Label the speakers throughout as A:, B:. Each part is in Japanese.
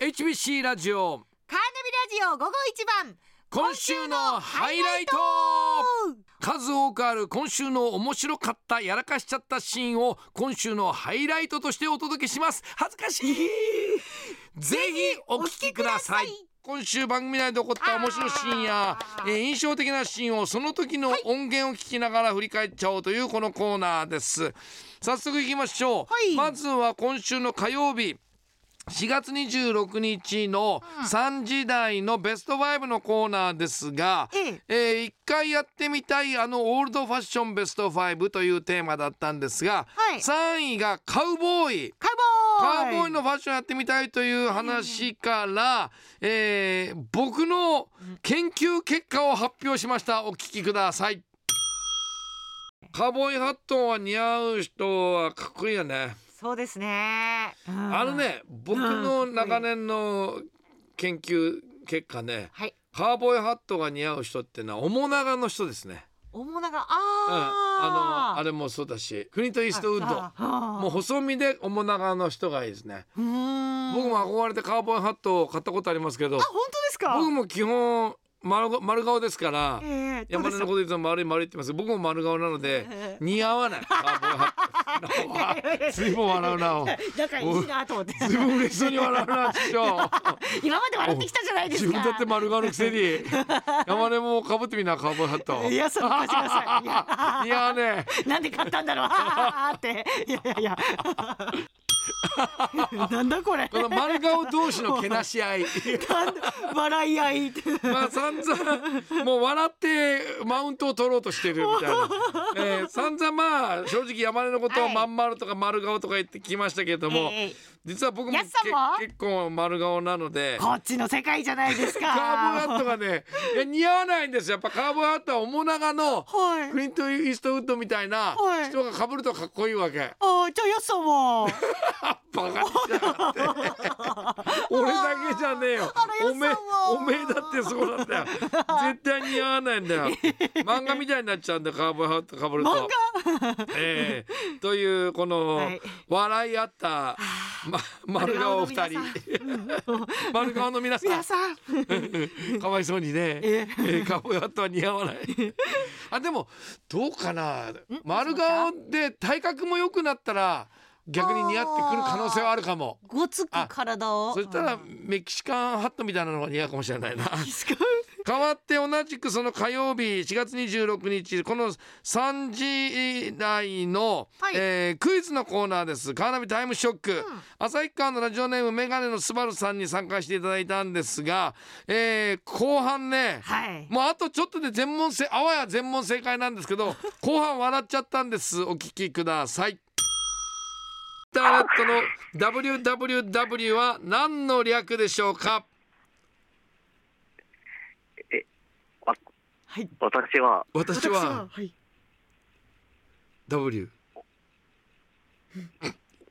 A: HBC ラジオ
B: カーナビラジオ午後一番
A: 今週のハイライト数多くある今週の面白かったやらかしちゃったシーンを今週のハイライトとしてお届けします恥ずかしいぜひお聞きください
B: お聞きください
A: 今週番組内で起こった面白いシーンや
B: あ、
A: え
B: ー
A: ー印象的なシーンをその時の音源を聞きながら振り返っちゃおうというこのコーナーです早速いきましょ
B: は
A: う、
B: い
A: まずは今週の火曜日4月26日の3時台のベスト5のコーナーですが、
B: ええ
A: えー一回やってみたいあのオールドファッションベスト5というテーマだったんですが、
B: はい
A: 3位がカウボーイ。
B: カ
A: カ
B: ー
A: ウ
B: ボーイ
A: ボーイのファッションやってみたいという話から、えー僕の研究結果を発表しましたお聞きくださいカウボーイハットは似合う人はかっこいいよね
B: そうですね、うん
A: あのね僕の長年の研究結果ね
B: はい
A: カウボーイハットが似合う人ってのは面長の人ですね
B: 大物があ
A: うん
B: あ、
A: あのあれもそうだし国とイーストウッド
B: ド
A: もう細身で面長の人がいいですね
B: うーん
A: 僕も憧れてカーボンハットを買ったことありますけど
B: あ本当ですか
A: 僕も基本丸ご丸顔ですから
B: ええどうで
A: 山根
B: し
A: の
B: た
A: こと言うと丸い丸いってます僕も丸顔なので
B: え
A: 似合わないカーボンハッ トなあ随分笑うなお
B: 仲いいなと思って
A: 随分嬉しそうに笑うな師匠
B: 今まで笑ってきたじゃないです
A: 自
B: か
A: 分だって丸顔のくせに山根もかぶってみなカーボンハット
B: いやそう貸してくださいいや
A: いやね
B: なんで買ったんだろう あーっていやいやいやなんだこれ
A: この丸顔同士のけなし合い
B: なんだ笑い合いって
A: まあ散々もう笑ってマウントを取ろうとしてるみた いな、えー、散々まあ正直山根のことを
B: はい
A: まん丸とか丸顔とか言ってきましたけれども、
B: ええ
A: 実は僕も
B: やっさんも
A: け結構丸顔なので。
B: こっちの世界じゃないですか。
A: カーボンハットがねいや似合わないんですよやっぱカーボンハットは面長の
B: はい
A: ク。リント・イーストウッドみたいな
B: はい
A: 人が被るとかっこいいわけ、
B: あーじゃあやっさん は。
A: バカにしやがって俺だけじゃねえよ
B: あら
A: おめえ
B: やっさんは
A: おめえだってそう なんだよ絶対似合わないんだよ漫画みたいになっちゃうんだよカーボンハットかぶると
B: 漫
A: ええというこの、
B: はい
A: 笑い合った、ま、丸顔二人 丸顔の皆さん
B: 皆さん。
A: かわいそうにね。え
B: え
A: ー、カモヤとは似合わ ない。あ、でも、どうかな。丸顔で体格も良くなったら、逆に似合ってくる可能性はあるかも。
B: ごつく体を。
A: そしたら、メキシカンハットみたいなのが似合うかもしれないな。
B: すごい。
A: 変わって同じくその火曜日4月26日この3時台の、
B: はい
A: えークイズのコーナーですカーナビタイムショック、旭川のラジオネームメガネのスバルさんに参加していただいたんですが、えー後半ね、
B: はい。
A: もうあとちょっとで全問正あわや全問正解なんですけど 後半笑っちゃったんですお聞きくださいインターネットの WWW は何の略でしょうか
B: はい。
C: 私は
A: 私は。
B: はい。
A: W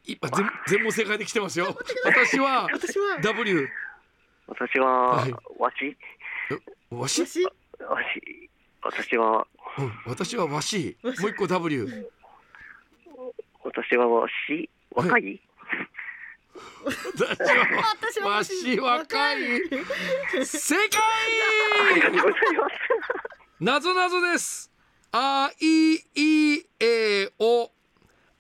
A: 今全全問正解できてますよ私は
B: 私は。
A: W
C: 私は、
A: はい
C: わし
A: えわし、
B: 私。
C: わし私は
A: うん私はわしもう一個 W
C: 私はわし若い、
A: 私は
B: 私
A: わし若い正
C: ありが
A: 解
C: とうございます
A: なぞなぞですあいいえお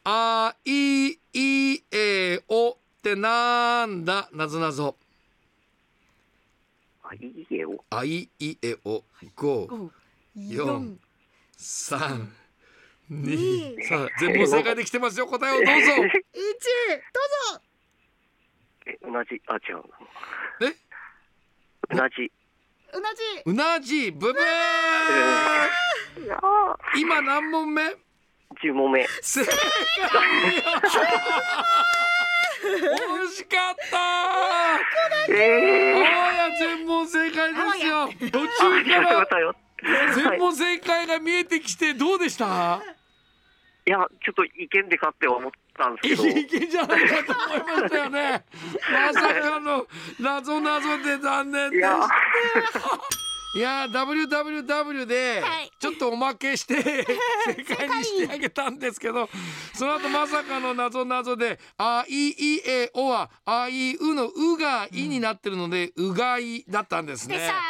A: あいいえおってなんだなぞなぞ
C: あいいえを
A: あいいえお五
B: 五。
A: 四
B: 四。
A: 三、二
B: 二、
A: さあ全問正解できてますよ。答えをどうぞ。
B: 一。どうぞ。
C: え同じあ違う
A: え
C: 同じ
B: 同じ。
A: うなじブブー。
C: あ
A: 今何問目？
C: 十問目
A: 正解。惜しかった。
C: え
A: あ
C: ー
A: わや全問正解ですよ。途
C: あ
A: 中
C: り
A: か
C: がとうご
A: ら
C: ざいます
A: 全問正解が見えてきてどうでした？
C: いやちょっと意見でかって思ったんですけど
A: いけじゃないかと思いましたよね。まさかの謎謎で残念
C: い
A: でし
C: や
A: た。いやー WWW で
D: はい
A: ちょっとおまけして 正解にしてあげたんですけどその後まさかの謎謎で「あいいえお」は「あいう」の「う」が「い」になってるので「うがい」だったんですね
D: で。さー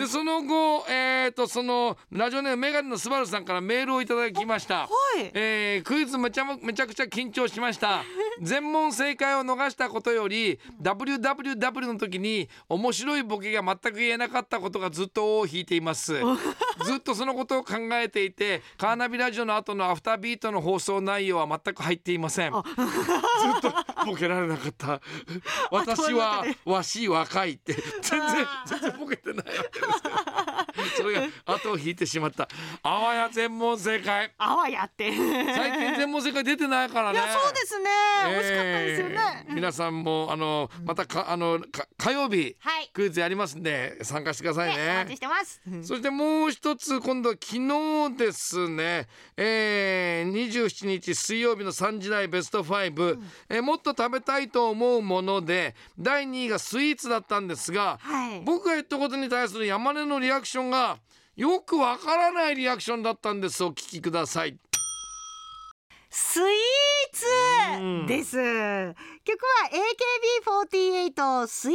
A: でその後、えー、とそのラジオネームメガネのスバルさんからメールをいただきました。
D: はい
A: えークイズめちゃもめちゃくちゃ緊張しました全問正解を逃したことより WWW の時に面白いボケが全く言えなかったことがずっと尾を引いていますずっとそのことを考えていてカーナビラジオの後のアフタービートの放送内容は全く入っていませんずっとボケられなかった私はわし若いって全然全然ボケてないわけですよそれが後を引いてしまったあわや全問正解
D: あわやって。いや
A: 最近全問正解出てないからね。
D: そうですね。美味しかったですよね。
A: えー皆さんもあのまたかあのか火曜日
D: はい。
A: クイズやりますんで参加してください
D: ねお
A: ね
D: 待ち。してます。
A: そしてもう一つ今度は昨日ですね、えー、27日水曜日の3時台ベスト5、えーもっと食べたいと思うもので第2位がスイーツだったんですが、
D: はい。
A: 僕が言ったことに対する山根のリアクションがよくわからないリアクションだったんですお聞きください。
D: スイーツ
A: うん
D: です。曲は AKB48 スイー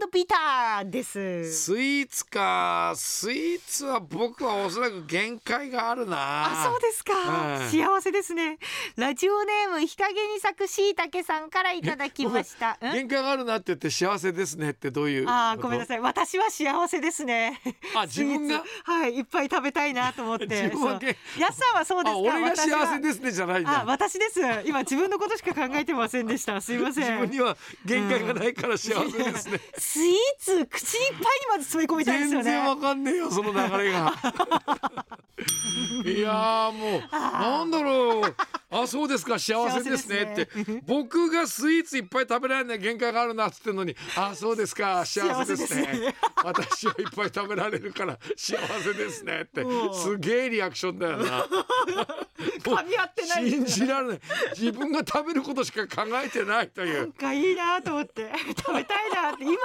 D: トビターです。
A: スイーツかスイーツは僕はおそらく限界があるな
D: あ、そうですか
A: は。い
D: 幸せですね。ラジオネーム日陰に咲くしいたけさんからいただきました。うん
A: 限界があるなって言って幸せですねってどういう
D: あーごめんな
A: い
D: さい私は幸せですね
A: あ自分が
D: スイーツはいいっぱい食べたいなと思っ て
A: 自分はけ
D: そうやっさんはそうです
A: あ
D: か
A: 俺が
D: 私は
A: 幸せですねじゃないん
D: あ
A: だ
D: 私です今自分のことしか考えてません でしたすいません
A: 自分には限界がないから幸せですね、
D: スイーツ口いっぱいにまず詰め込みたいですよ
A: 全然わ
D: ね
A: かんねえよその流れ がいやーもうなんだろうあそうですか幸せですねって
D: 幸せです
A: 僕がスイーツいっぱい食べられない限界があるなっつってんのにあそうですか幸せですね
D: 幸せですね
A: 私はいっぱい食べられるから幸せですねって
D: もう
A: すげえリアクションだよな
D: 噛み合ってない
A: 信じられない自分が食べることしか考えてないとい
D: なん
A: う
D: かいいなと思って 食べたいなって今今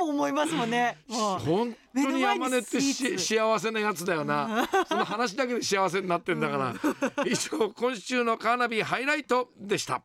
D: も思いますもんねもう
A: 本当に山根って
D: 目の前
A: し
D: にス
A: 幸せなやつだよなその話だけで幸せになってんだから以上今週のカーナビハイライトでした